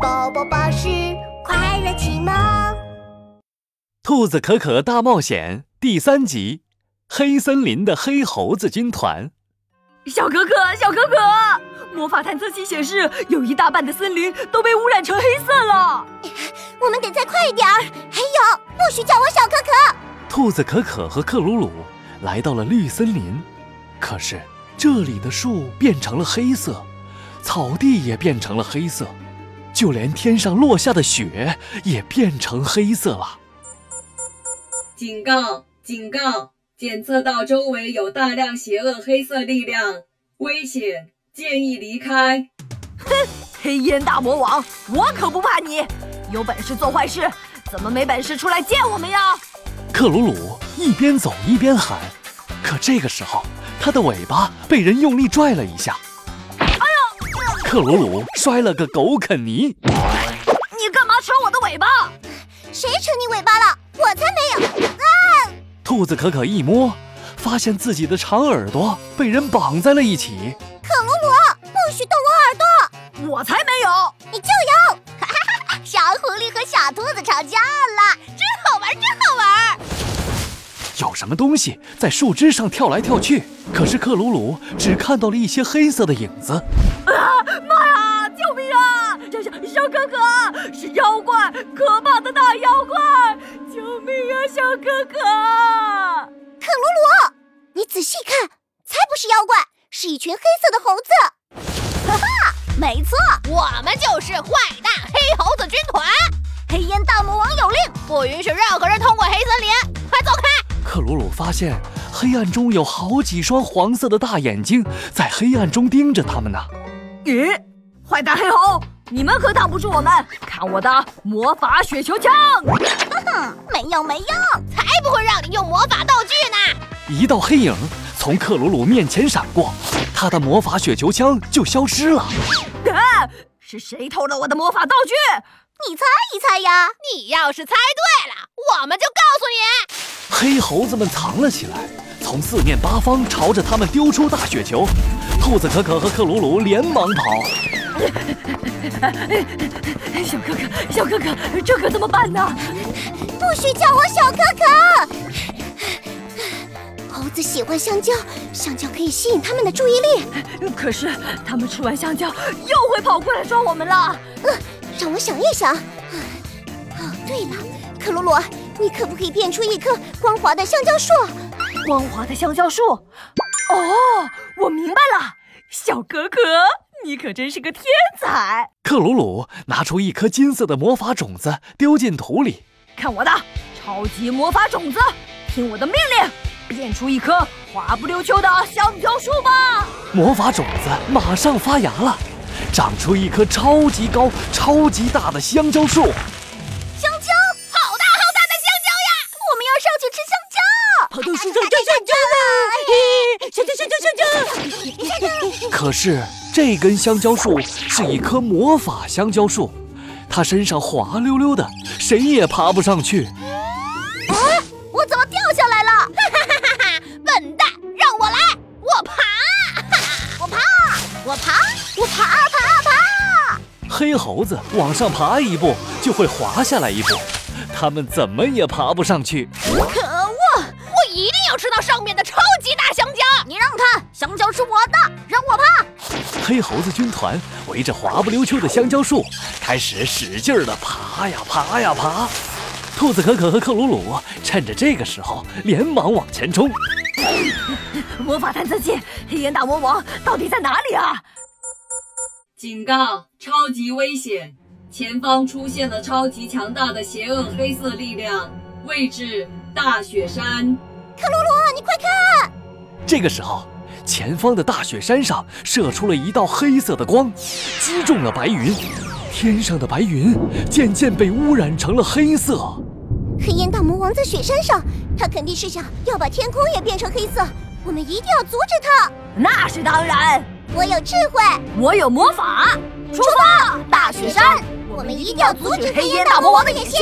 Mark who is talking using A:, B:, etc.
A: 宝宝巴士快乐启蒙。
B: 兔子可可大冒险第三集：黑森林的黑猴子军团。
C: 小可可，小可可，魔法探测器显示，有一大半的森林都被污染成黑色了。
A: 我们得再快一点儿。还有，不许叫我小可可。
B: 兔子可可和克鲁鲁来到了绿森林，可是这里的树变成了黑色，草地也变成了黑色，就连天上落下的雪也变成黑色了。
D: 警告！警告！检测到周围有大量邪恶黑色力量，危险，建议离开。
C: 黑烟大魔王，我可不怕你！有本事做坏事，怎么没本事出来见我们呀？
B: 克鲁鲁一边走一边喊，可这个时候，他的尾巴被人用力拽了一下，哎呀！克鲁鲁摔了个狗啃泥。
C: 你干嘛扯我的尾巴？
A: 谁扯你尾巴了？我才没有！
B: 兔子可可一摸，发现自己的长耳朵被人绑在了一起。
A: 不许动我耳朵，
C: 我才没有！
A: 你就有！ 哈哈哈！小狐狸和小兔子吵架了， 真好玩，真好玩！
B: 有什么东西在树枝上跳来跳去，可是克鲁鲁只看到了一些黑色的影子。
C: 妈呀！救命啊！小小小可可是妖怪，可怕的大妖怪！救命啊，小可可！
A: 你仔细看，才不是妖怪，是一群黑色的猴子。哈哈，没错，
E: 我们就是坏蛋黑猴子军团，
A: 黑烟大魔王有令，
E: 不允许任何人通过黑森林，快走开！
B: 克鲁鲁发现黑暗中有好几双黄色的大眼睛在黑暗中盯着他们呢。
C: 咦，坏蛋黑猴，你们可挡不住我们！看我的魔法雪球枪！
A: 没有没有，
E: 才不会让你用魔法道具呢！
B: 一道黑影从克鲁鲁面前闪过，他的魔法雪球枪就消失了。
C: 是谁偷了我的魔法道具？
A: 你猜一猜呀？
E: 你要是猜对了，我们就告诉你。
B: 黑猴子们藏了起来，从四面八方朝着他们丢出大雪球。兔子可可和克鲁鲁连忙跑，
C: 哎小可可，小可可，这可怎么办呢？
A: 不许叫我小可可。猴子喜欢香蕉，香蕉可以吸引它们的注意力。
C: 可是他们吃完香蕉又会跑过来抓我们了。
A: 让我想一想。哦，对了，克鲁鲁，你可不可以变出一棵光滑的香蕉树？
C: 光滑的香蕉树。哦，我明白了，小可可，你可真是个天才！
B: 克鲁鲁拿出一颗金色的魔法种子丢进土里。
C: 看我的超级魔法种子，听我的命令，变出一棵滑不溜秋的香蕉树吧！
B: 魔法种子马上发芽了，长出一棵超级高、超级大的香蕉树。
A: 香蕉，好大好大的香蕉呀！我们要上去吃香蕉。
C: 跑到树上摘香蕉
E: 啊哎
C: 了！香蕉，香蕉，香蕉！
B: 可是这根香蕉树是一棵魔法香蕉树，它身上滑溜溜的，谁也爬不上去。
A: 我怎么掉下来了？
E: 笨蛋，让我来，我爬，我爬，我爬，我爬爬爬！
B: 黑猴子往上爬一步就会滑下来一步，它们怎么也爬不上去。
A: 可恶！
E: 我一定要吃到上面的超级大香蕉！
A: 你让它，香蕉是我的，让我爬。
B: 黑猴子军团围着滑不溜秋的香蕉树，开始使劲儿地爬呀爬呀爬。兔子可可和克鲁鲁趁着这个时候连忙往前冲。
C: 魔法探测器，黑岩大魔王到底在哪里啊？
D: 警告！超级危险！前方出现了超级强大的邪恶黑色力量，位置大雪山。
A: 啊，你快看！
B: 这个时候，前方的大雪山上射出了一道黑色的光，击中了白云。天上的白云渐渐被污染成了黑色。
A: 黑烟大魔王在雪山上，他肯定是想要把天空也变成黑色。我们一定要阻止他。
C: 那是当然，
A: 我有智慧，
C: 我有魔法，出发！
A: 大雪山，我们一定要阻止黑烟大魔王的野心。